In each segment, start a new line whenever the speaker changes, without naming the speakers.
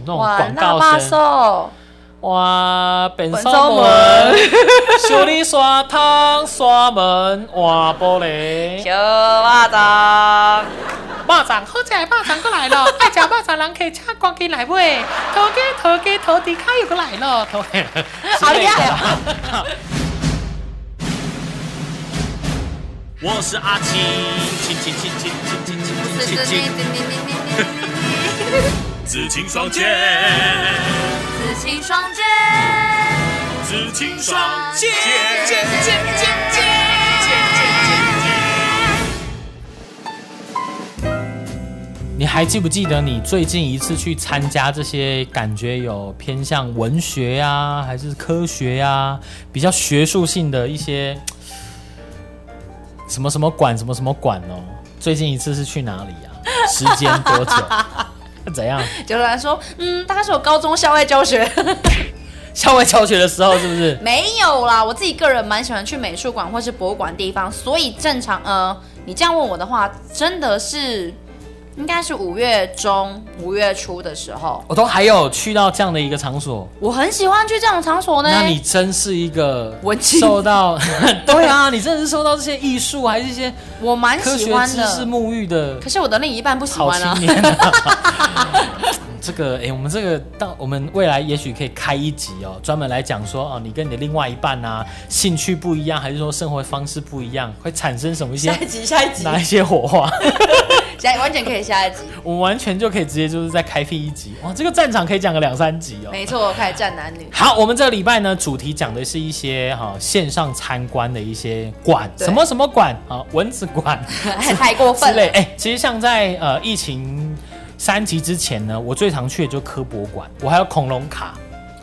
那种
哇，
广
腊
告
八
声，
寿，
哇，本
本
烧
寿
门，修理刷汤刷门，哇，玻璃，
小蚂蚱，
蚂蚱好起来，蚂蚱过来了，爱吃蚂蚱人可以吃光鸡来喂，头家头家头底卡又过来了，头，
好厉害啊！
我是阿青，青青青青青青青青青青，
紫青双剑，
紫青双剑，
紫青双剑。
剑剑剑剑剑
你还记不记得你最近一次去参加这些感觉有偏向文学呀、还是科学呀、比较学术性的一些嘖什么什么馆什么什么馆哦？最近一次是去哪里呀、时间多久？ 怎样？
九兰说，嗯，大概是我高中校外教学，
校外教学的时候是不是？
没有啦，我自己个人蛮喜欢去美术馆或是博物馆地方，所以正常呃，你这样问我的话，真的是应该是五月中、五月初的时候，
我都还有去到这样的一个场所，
我很喜欢去这种场所呢。
那你真是一个
文青
受 到对啊，你真的是受到这些艺术还是一些
我蛮
科
喜
学
欢
知识
的，
沐浴的
可是我的另一半不喜
好
欢
青
啊。
年、啊。 这个哎、诶我们这个到我们未来也许可以开一集哦，专门来讲说哦，你跟你的另外一半啊，兴趣不一样，还是说生活方式不一样，会产生什么一些
下一集，下一集，
哪一些火花？
下完全可以下一集。
我们完全就可以直接就是在开辟一集哇，这个战场可以讲个两三集哦。
没错，开始站男女。
好，我们这个礼拜呢，主题讲的是一些哈、线上参观的一些馆，
对
什么什么馆啊、蚊子馆
太过分
之类。
了。
哎、其实像在呃疫情三级之前呢，我最常去的就是科博馆，我还有恐龙卡，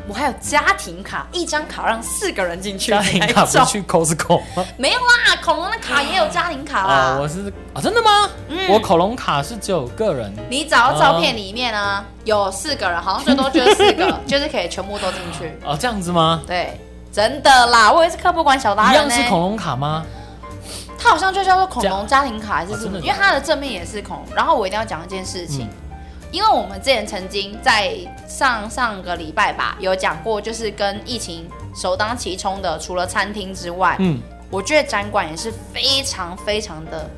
我还有家庭卡，一张卡让四个人进去，
家庭
你
卡
还
不
照
是去 Costco 吗？
没有啦，恐龙的卡也有家庭卡
啊、
啦。
我是啊、真的吗？
嗯
我恐龙卡是只有个人。
你找到照片里面呢，有四个人，好像最多就是 四个，就是可以全部都进去。
哦，这样子吗？
对，真的啦，我也是科博馆小达
一
人
样
呢、
是恐龙卡吗？
它好像就叫做恐
这
龙
样
家庭卡还是什
哦真
么，
的嗯
因为它的正面也是恐龙。然后我一定要讲一件事情，因为我们之前曾经在上上个礼拜吧，有讲过，就是跟疫情首当其冲的，除了餐厅之外，
嗯，
我觉得展馆也是非常非常的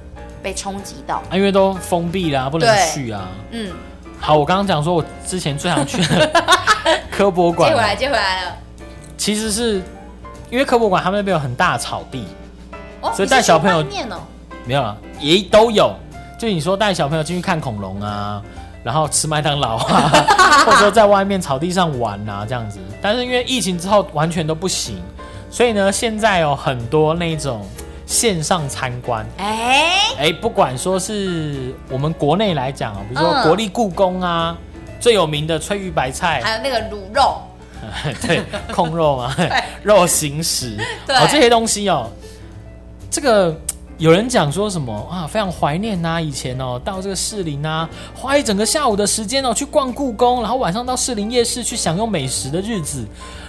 被冲击到。
啊因为都封闭啦、不能
对
去啊。
嗯，
好，我刚刚讲说，我之前最常去的 科博
接
馆
回
嘛，
来，接回来了。
其实是因为科博馆他们那边有很大的草地，
哦，
所以带小朋友
你是去外面哦，
没有啦，啊也都有。就你说带小朋友进去看恐龙啊，然后吃麦当劳啊， 或者说在外面草地上玩啊这样子。但是因为疫情之后完全都不行，所以呢，现在有很多那种线上参观。
哎，
哎、不管说是我们国内来讲啊，比如说
嗯
国立故宫啊，最有名的翠玉白菜，
还有那个卤肉，
对，控肉 嘛，肉形石，
对
哦，这些东西哦，这个有人讲说什么啊，非常怀念呐、以前哦，到这个士林啊，花一整个下午的时间哦，去逛故宫，然后晚上到士林夜市去享用美食的日子。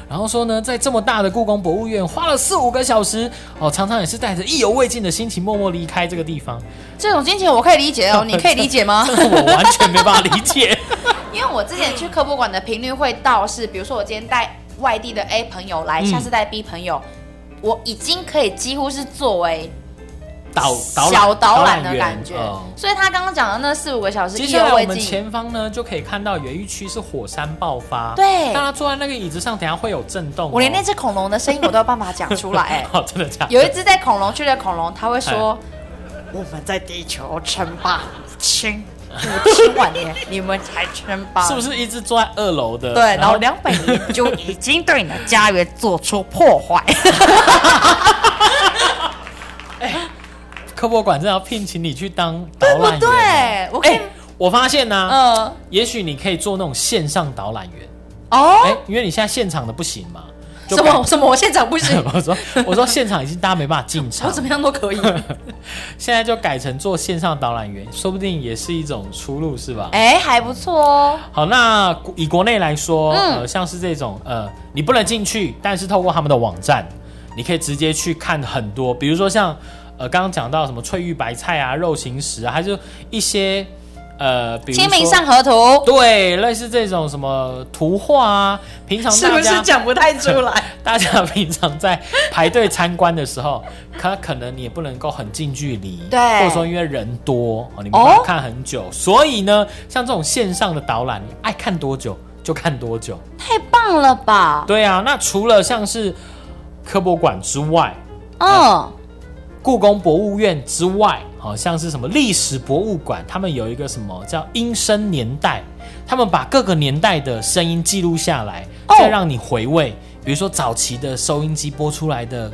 然后说呢，在这么大的故宫博物院花了四五个小时，哦，常常也是带着意犹未尽的心情，默默离开这个地方。
这种心情我可以理解哦，你可以理解吗？
我完全没办法理解。
因为我之前去科博馆的频率会到是，比如说我今天带外地的 A 朋友来，
嗯
下次带 B 朋友，我已经可以几乎是作为
导导览
小导览的
员
感觉
哦。
所以他刚刚讲的那四五个小时
接
意
下
犹
来我
未
们
尽，
前方呢，就可以看到有一区是火山爆发。
对
当他坐在那个椅子上，等一下会有震动哦、，
我连那只恐龙的声音我都有办法讲出来、哎
哦，真的假的？
有一只在恐龙区的恐龙，它会说
嗯
我们在地球称霸五千：“
我吃完年，你们才称霸。”
是不是一只坐在二楼的？
对，然后
两
两百年就
就已经对你的家园做出破坏。
科博馆正要聘请你去当导
对不
览员。
哦对？我可
哎、
以，
我发现呢、
嗯，
也许你可以做那种线上导览员。哎、
哦，
因为你现在现场的不行嘛。就
什么什么，我现场不行
改？， 我说我说现场已经大家没办法进场
我，怎么样都可以。
现在就改成做线上导览员，说不定也是一种出路，是吧？
哎，还不错哦。
好，那国以国内来说，
嗯
呃，像是这种，呃，你不能进去，但是透过他们的网站，你可以直接去看很多，比如说像，呃，刚刚讲到什么翠玉白菜啊、肉形石啊，还是一些呃，比如
清明
说
上河图，
对，类似这种什么图画啊，平常
是
大
不
家
是讲不太出来？
大家平常在排队参观的时候，他可能你也不能够很近距离，
对
或者说因为人多哦，你没办法看很久，所以呢，像这种线上的导览，你爱看多久就看多久。
太棒了吧？
对啊，那除了像是科博馆之外，
嗯，
故宫博物院之外，好、像是什么历史博物馆，他们有一个什么叫音声年代，他们把各个年代的声音记录下来，
哦
再让你回味。比如说早期的收音机播出来的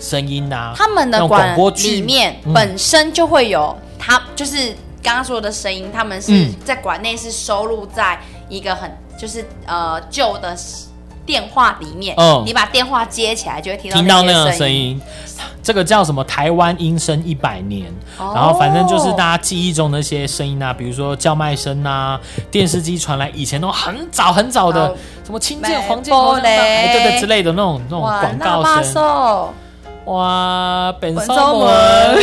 声音啊呐、
他们
那
的
种
馆
广播剧
里面
嗯
本身就会有，他就是刚刚说的声音，他们是
嗯
在馆内是收录在一个很就是呃旧的电话里面
嗯，
你把电话接起来就会听
听到那
些
样的声。音，这个叫什么？台湾音声一百年。
哦
然后反正就是大家记忆中的一些声音啊，比如说叫卖声啊，电视机传来以前那种很早很早的
哦
什么青剑、黄剑、头上
买玻璃
哎对对之类的那种那种
哇，
广
那
告
巴
声。
兽，
哇，本
本
烧
州
门，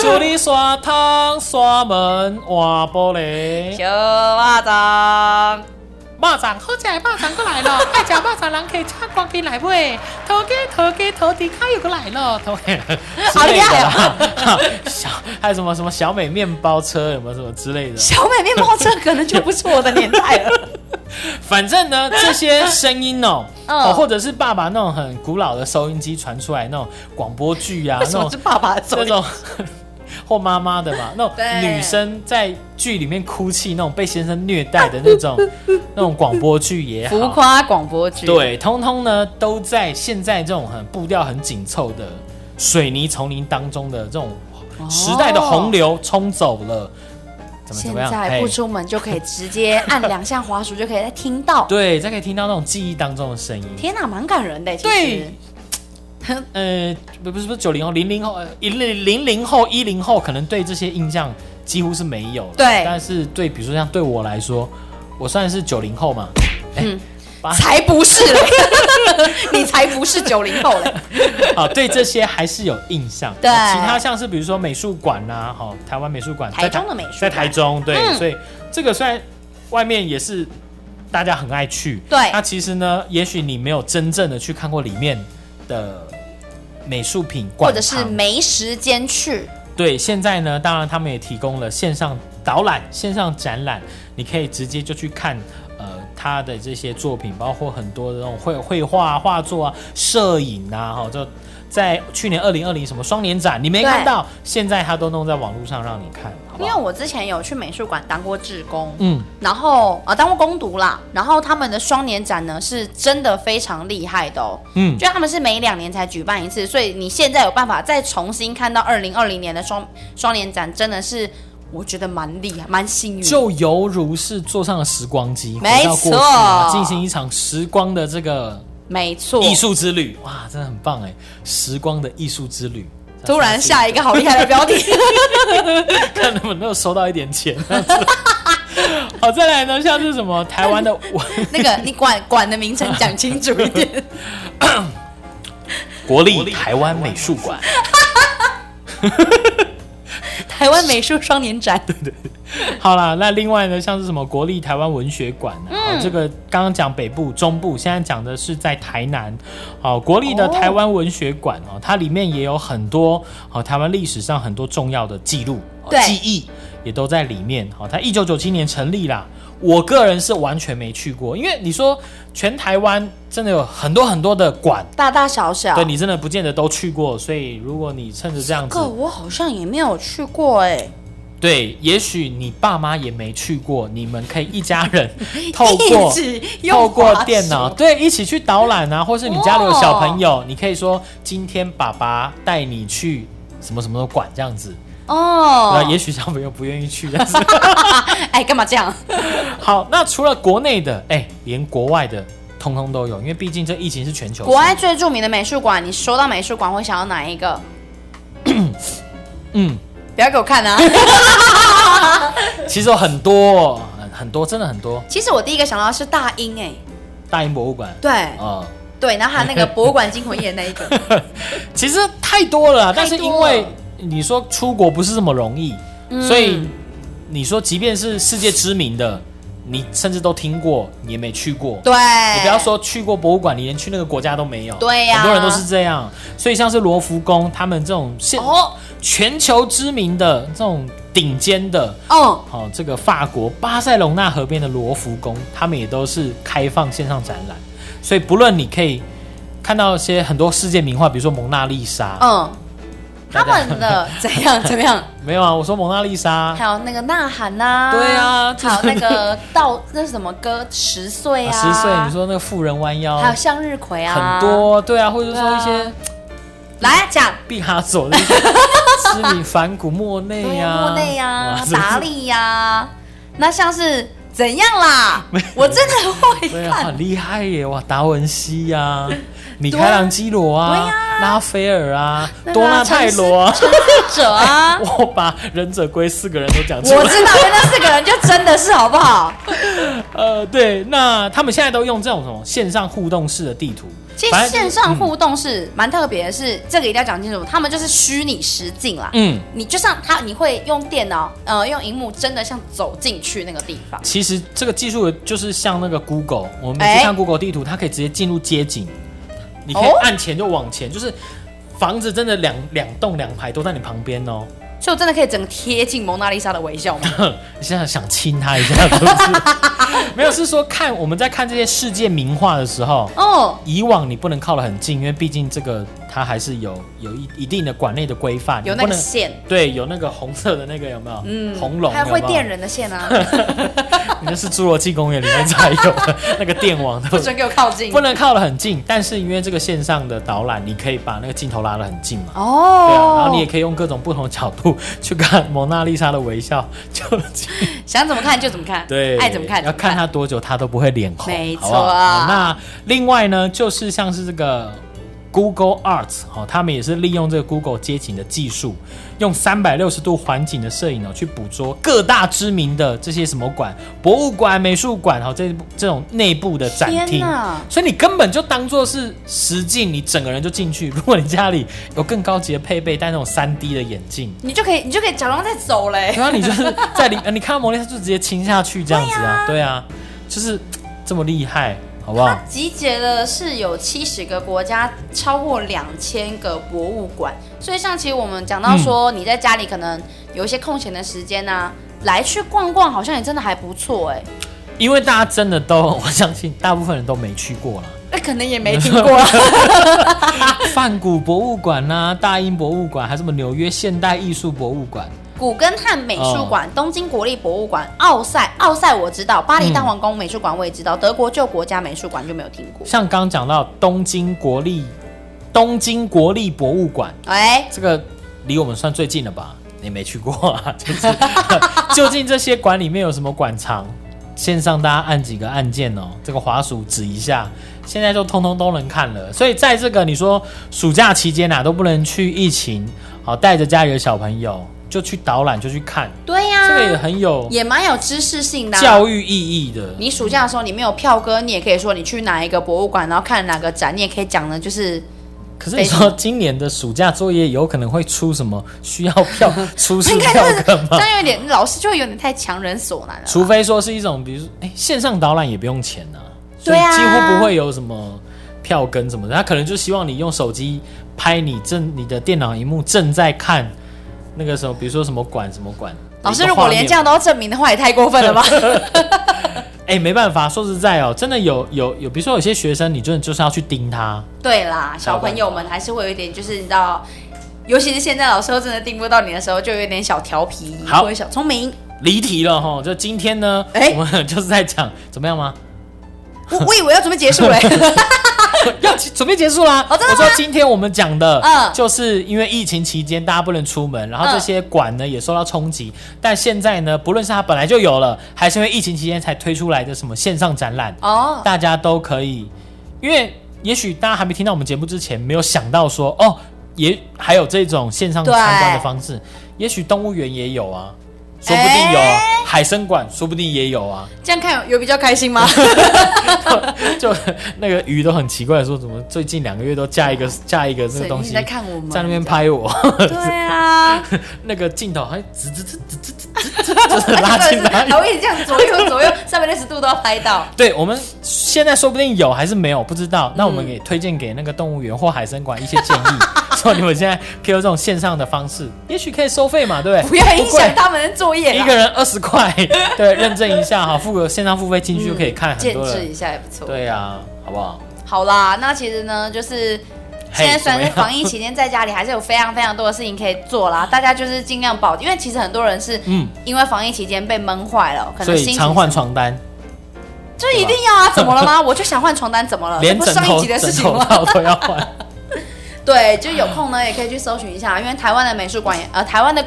修理刷汤刷门，哇玻璃，
小巴掌，
蚂蚱好起来，蚂蚱过来了，爱吃蚂蚱人可以吃光皮来喂，头给头给头底卡又过来了，
啊
头给之类的啦， 小还有什么什么小美面包车有没有什么之类的？
小美面包车可能就
不是我的年代 了，
反正呢，这些声音 哦，
嗯
哦，或者是爸爸那种很古老的收音机传出来那种广播剧啊，
为
那
什么
种
是爸爸
那
走？
种 或妈妈的嘛，那种
对
女生在剧里面哭泣，那种被先生虐待的那种 那种广播剧也
浮
好，
夸广播剧，，
对，通通呢都在现在这种很步调很紧凑的水泥丛林当中的这种
哦
时代的洪流冲走了，怎么怎
现
么样？
在
嘿
不出门就可以直接按两下滑鼠就可以再听到，
对，才可以听到那种记忆当中的声音。
天哪，蛮感人的，其
对
实。
呃，不不是不是九零后，零零后，呃一零零零后、一零后，可能对这些印象几乎是没有了。
对
但是对，比如说像对我来说，我算是九零后 嘛，啊
才不是 嘞，你才不是九零后嘞。
啊，对这些还是有印象。
对
其他像是比如说美术馆呐、哈、台湾美术馆，
台
在
中的美术
在
馆
台中，对，
嗯
所以这个虽然外面也是大家很爱去，
对
那其实呢，也许你没有真正的去看过里面的美术品馆
或
藏，
者是没时间去，
对，现在呢，当然他们也提供了线上导览、线上展览，你可以直接就去看，呃，他的这些作品，包括很多的那种绘绘画啊、画作啊、摄影啊，哈、就在去年二零二零什么双年展，你没看
对
到，现在他都弄在网络上让你看，好不
因为
好？
我之前有去美术馆当过志工，
嗯，
然后啊当过工读啦，然后他们的双年展呢是真的非常厉害的哦，
嗯
就他们是每两年才举办一次，所以你现在有办法再重新看到二零二零年的双双年展，真的是我觉得蛮厉害，蛮幸运的，
就犹如是坐上了时光机，
没
回到过去啊
错
进行一场时光的这个
没错，
艺术之旅，哇，真的很棒哎，时光的艺术之旅。
突然下一个好厉害的 标题，
看能不能收到一点钱。这样子 好，再来呢，像是什么台湾的文
那个你管管的名称讲清楚一点。
国立台湾美术馆，
台湾美术双年展，
好啦，那另外呢，像是什么国立台湾文学馆啊，哦这个刚刚讲北部、中部，现在讲的是在台南，哦，国立的台湾文学馆哦，它里面也有很多哦，台湾历史上很多重要的记录、哦
对
记忆也都在里面。哦，它一九九七年成立啦，我个人是完全没去过，因为你说全台湾真的有很多很多的馆，
大大小小。
对你真的不见得都去过，所以如果你趁着这样
哥，
子，
我好像也没有去过哎、
对，也许你爸妈也没去过，你们可以一家 人透过
一起用
透过
滑鼠
电脑，对，一起去导览啊，或是你家里有小朋友，你可以说今天爸爸带你去什么什么馆这样子，那、
哦。
也许小朋友不愿意去，但是
哎，干嘛这样？
好，那除了国内的，哎、连国外的通通都有，因为毕竟这疫情是全球性的，
国外最著名的美术馆，你说到美术馆会想到哪一个？
嗯，
不要给我看啊！
其实有很多很很多，真的很多，
其实我第一个想到的是大英哎、
大英博物馆，
对
啊。
对，然后还有那个博物馆惊魂夜那一 个，
其实太多了啦，但是
太多
因为
了嗯
你说出国不是这么容易，所以你说即便是世界知名的，你甚至都听过，你也没去过。
对，
你不要说去过博物馆，你连去那个国家都没有。
对呀
很多人都是这样。所以像是罗浮宫，他们这种现、
哦
全球知名的这种顶尖的，
嗯，
哦，这个法国巴塞隆纳河边的罗浮宫，他们也都是开放线上展览，所以不论你可以看到一些很多世界名画，比如说蒙娜丽莎，
嗯，他 们的怎样怎样？
没有啊，我说蒙娜丽莎
还，有那个呐喊呐、
对啊
还有那个到那是什么歌十岁啊，
十岁，你说那个妇人弯腰，
还有向日葵啊，
很多，对啊，或者
对
说
啊
一些
来讲
毕卡索的 一些知名，梵谷、莫内
对
哎呀、
啊莫
哇
内呀、
真的是
达利呀、那像是怎样啦？我真的会
对啊，
看，
很厉害耶！哇，达文西呀、 米开朗基罗
对
啊，
啊
拉斐尔啊，
那个
多纳泰罗、啊，，
城市者啊
我把忍者龟四个人都讲出
我
来。
知道那四个人就真的是好不 好？
呃，对，那他们现在都用这种什么线上互动式的地图，
其
反
实
正
线上互动是蛮特别的是，这个一定要讲清楚，他们就是虚拟实境啦。
嗯，
你就像他，你会用电脑，呃，用荧幕真的像走进去那个地方。
其实这个技术就是像那个 Google，我们每
哎
次看 Google 地图，它可以直接进入街景，你可以
哦
按前就往前，就是房子真的两两栋两排都在你旁边哦。
所以我真的可以整个贴近蒙娜丽莎的微笑 吗？
你现在想亲他一下，是不是？ 没有，是说看我们在看这些世界名画的时候，
哦，
以往你不能靠得很近，因为毕竟这个它还是有有一一定的馆内的规范，
有
你
那
不
个
能
线，
对，有那个红色的那个有没有？嗯，红龙
还有会电
人，
人的 线啊，
那是侏罗纪公园里面才有的那个电网
不
的，
准给我靠近
不。能靠得很近。但是因为这个线上的导览，你可以把那个镜头拉得很近嘛。对啊，然后
哦
你也可以用各种不同的角度去看蒙娜丽莎的微笑，就
想怎么看就怎么看，
对，
爱怎么看
要
怎么
看
看。
他多久，他都不会脸红，
没
好不好
错啊
好那另外呢，就是像是这个 Google Arts 哦，他们也是利用这个 Google 街景的技术，用三百六十度环景的摄影哦，去捕捉各大知名的这些什么馆、博物馆、美术馆哦，这这种内部的展
天
厅
哪。
所以你根本就当做是实境，你整个人就进去。 如果你家里有更高级的配备，戴那种三 D 的眼镜。
你就可以，你就可以假装在走嘞、
对啊，你就是在里， 呃你看到蒙娜丽莎就直接亲下去这样子啊，对啊，就是这么厉害，好不好
它？集结的是有七十个国家，超过两千个博物馆。所以像其实我们讲到
嗯
说，你在家里可能有一些空闲的时间啊，来去逛逛，好像也真的还不错哎、
因为大家真的都，我相信大部分人都没去过啦。
那哎可能也没听 过啊，
梵谷博物馆呐、大英博物馆，还有什么纽约现代艺术博物馆，
古根汉美术
哦
馆、东京国立博物馆、奥赛，奥赛我知道，巴黎大皇宫美术馆我也知道，
嗯
德国旧国家美术馆就没有听过。
像刚刚讲到东京国立东京国立博物馆，
哎、
这个离我们算最近了吧？你没去过啊？就是 究竟这些馆里面有什么馆藏？线上大家按几个按键哦，这个滑鼠指一下，现在就通通都能看了。所以在这个你说暑假期间啊哪都不能去，疫情好带着家里的小朋友就去导览就去看，
对呀、
这个也很有
也嗯蛮有知识性的、啊。
教育意义的。
你暑假的时候你没有票哥，你也可以说你去哪一个博物馆，然后看哪个展，你也可以讲的，就是
可是你说今年的暑假作业有可能会出什么需要票出示票根 吗？
这样有点老师就会有点太强人所难了。
除非说是一种，比如说，哎、线上导览也不用钱呐、所
对
以
啊
几乎不会有什么票根什么的。他可能就希望你用手机拍你正你的电脑荧幕正在看那个什么，比如说什么馆什么馆。
老师
一个
如
画
果
面
连这样都要证明的话，也太过分了 吧？
哎、没办法，说实在哦，真的有有有，比如说有些学生，你真的就是要去盯他，
对啦，小朋友们还是会有一点，就是你知道，尤其是现在老师又真的盯不到你的时候，就有点小调皮
好
或者小聪明。
离题了哈。就今天呢，
哎
我们 就是在讲怎么样吗？
我我以为要准备结束 嘞，
要结准备结束啦。
哦真的
我
吗
说今天我们讲的，
嗯
就是因为疫情期间大家不能出门，然后这些馆呢、也受到冲击。但现在呢，不论是它本来就有了，还是因为疫情期间才推出来的什么线上展览，
哦，
大家都可以，因为也许大家还没听到我们节目之前，没有想到说哦，也还有这种线上参观的方式。也许动物园也有啊，说不定有、啊海参馆，说不定也有啊。
这样看有有比较开 心吗？
就那个鱼都很奇怪，说怎么最近两个月都架一个架一个那
哦所
个
以
东
你
西
在看我们
在那边拍我，
对啊，
哎那个镜头还吱吱吱吱吱吱吱就是 拉近 拉
还会这样左右左右三百六十度都要拍到。
对我们现在说不定有还是没有，不知
嗯
道。那我们也推荐给那个动物园或海参馆一些建 议，说你们现在可以用这种线上的方式，也许可以收费嘛，对不对？
不要影
贵
响他们的作 业
一
啦
个人二十块，对，认证一下哈，付个线上付费进去就可以看很
见
多
识
人
嗯一。下也不错。
对啊，好不好？
好啦，那其实呢，就是
嘿
现在虽
怎
然是
么样
防疫期间，在家里还是有非常非常多的事情可以做啦。大家就是尽量保，因为其实很多人是
嗯，
因为防疫期间被闷坏了，可
所
能
以
心
常
情
换床单，
就一定要啊，怎么了吗？我 就想换床单，怎么呃了？这
连
不
枕
是上一
头
集的事
枕
情
头
吗？
套都要换。
对，就有空呢也可以去搜寻一下，因为台湾的美术馆也呃台湾的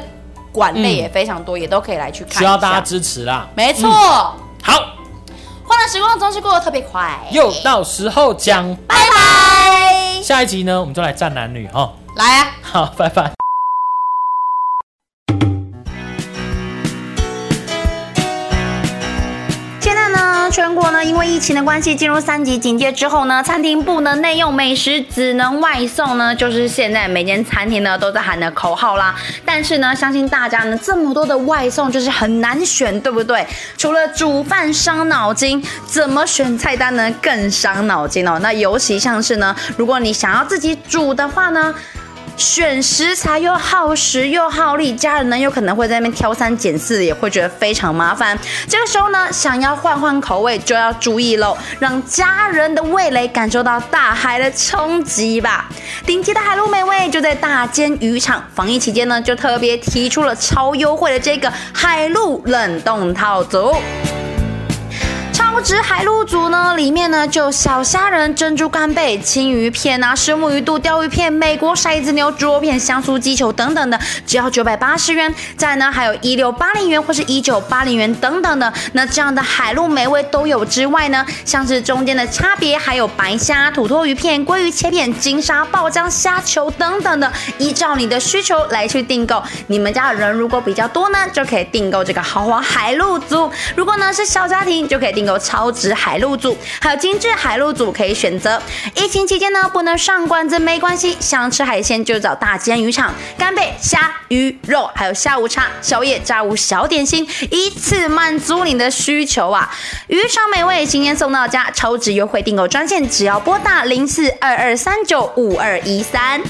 馆类
嗯
也非常多，也都可以来去看一下。
需要大家嗯支持啦。
没错，
好，
欢乐时光总是过得特别快。
又到时候讲，
拜拜，
下一集呢，我们就来站男女哈。
来啊！
好，拜拜。
现在呢，全国呢因为疫情的关系进入三级警戒之后呢，餐厅不能内用美食，只能外送呢，就是现在每间餐厅呢都在喊的口号啦。但是呢，相信大家呢这么多的外送就是很难选，对不对？除了煮饭伤脑筋，怎么选菜单呢更伤脑筋哦。那尤其像是呢，如果你想要自己煮的话呢。选食材又耗时又耗力，家人呢有可能会在那边挑三拣四，也会觉得非常麻烦。这个时候呢，想要换换口味就要注意喽，让家人的味蕾感受到大海的冲击吧。顶级的海陆美味就在大间渔场，防疫期间呢就特别提出了超优惠的这个海陆冷冻套组。超值海陆组呢，里面呢就有小虾仁、珍珠干贝、青鱼片啊、石目鱼肚、鲷鱼片、美国骰子牛、猪肉片、香酥鸡球等等的，只要九百八十元。再呢，还有一六八零元或是一九八零元等等的。那这样的海陆美味都有之外呢，像是中间的差别还有白虾、土托鱼片、鲑鱼切片、金沙爆浆虾球等等的，依照你的需求来去订购。你们家的人如果比较多呢，就可以订购这个豪华海陆组；如果呢是小家庭，就可以订购超值海陆组，还有精致海陆组可以选择。疫情期间呢，不能上馆子没关系，想吃海鲜就找大煎渔场，干贝、虾、鱼肉，还有下午茶、宵夜、炸物、小点心，以此满足你的需求啊！渔场美味今天送到家，超值优惠订购专线，只要拨打零四二二三九五二一三。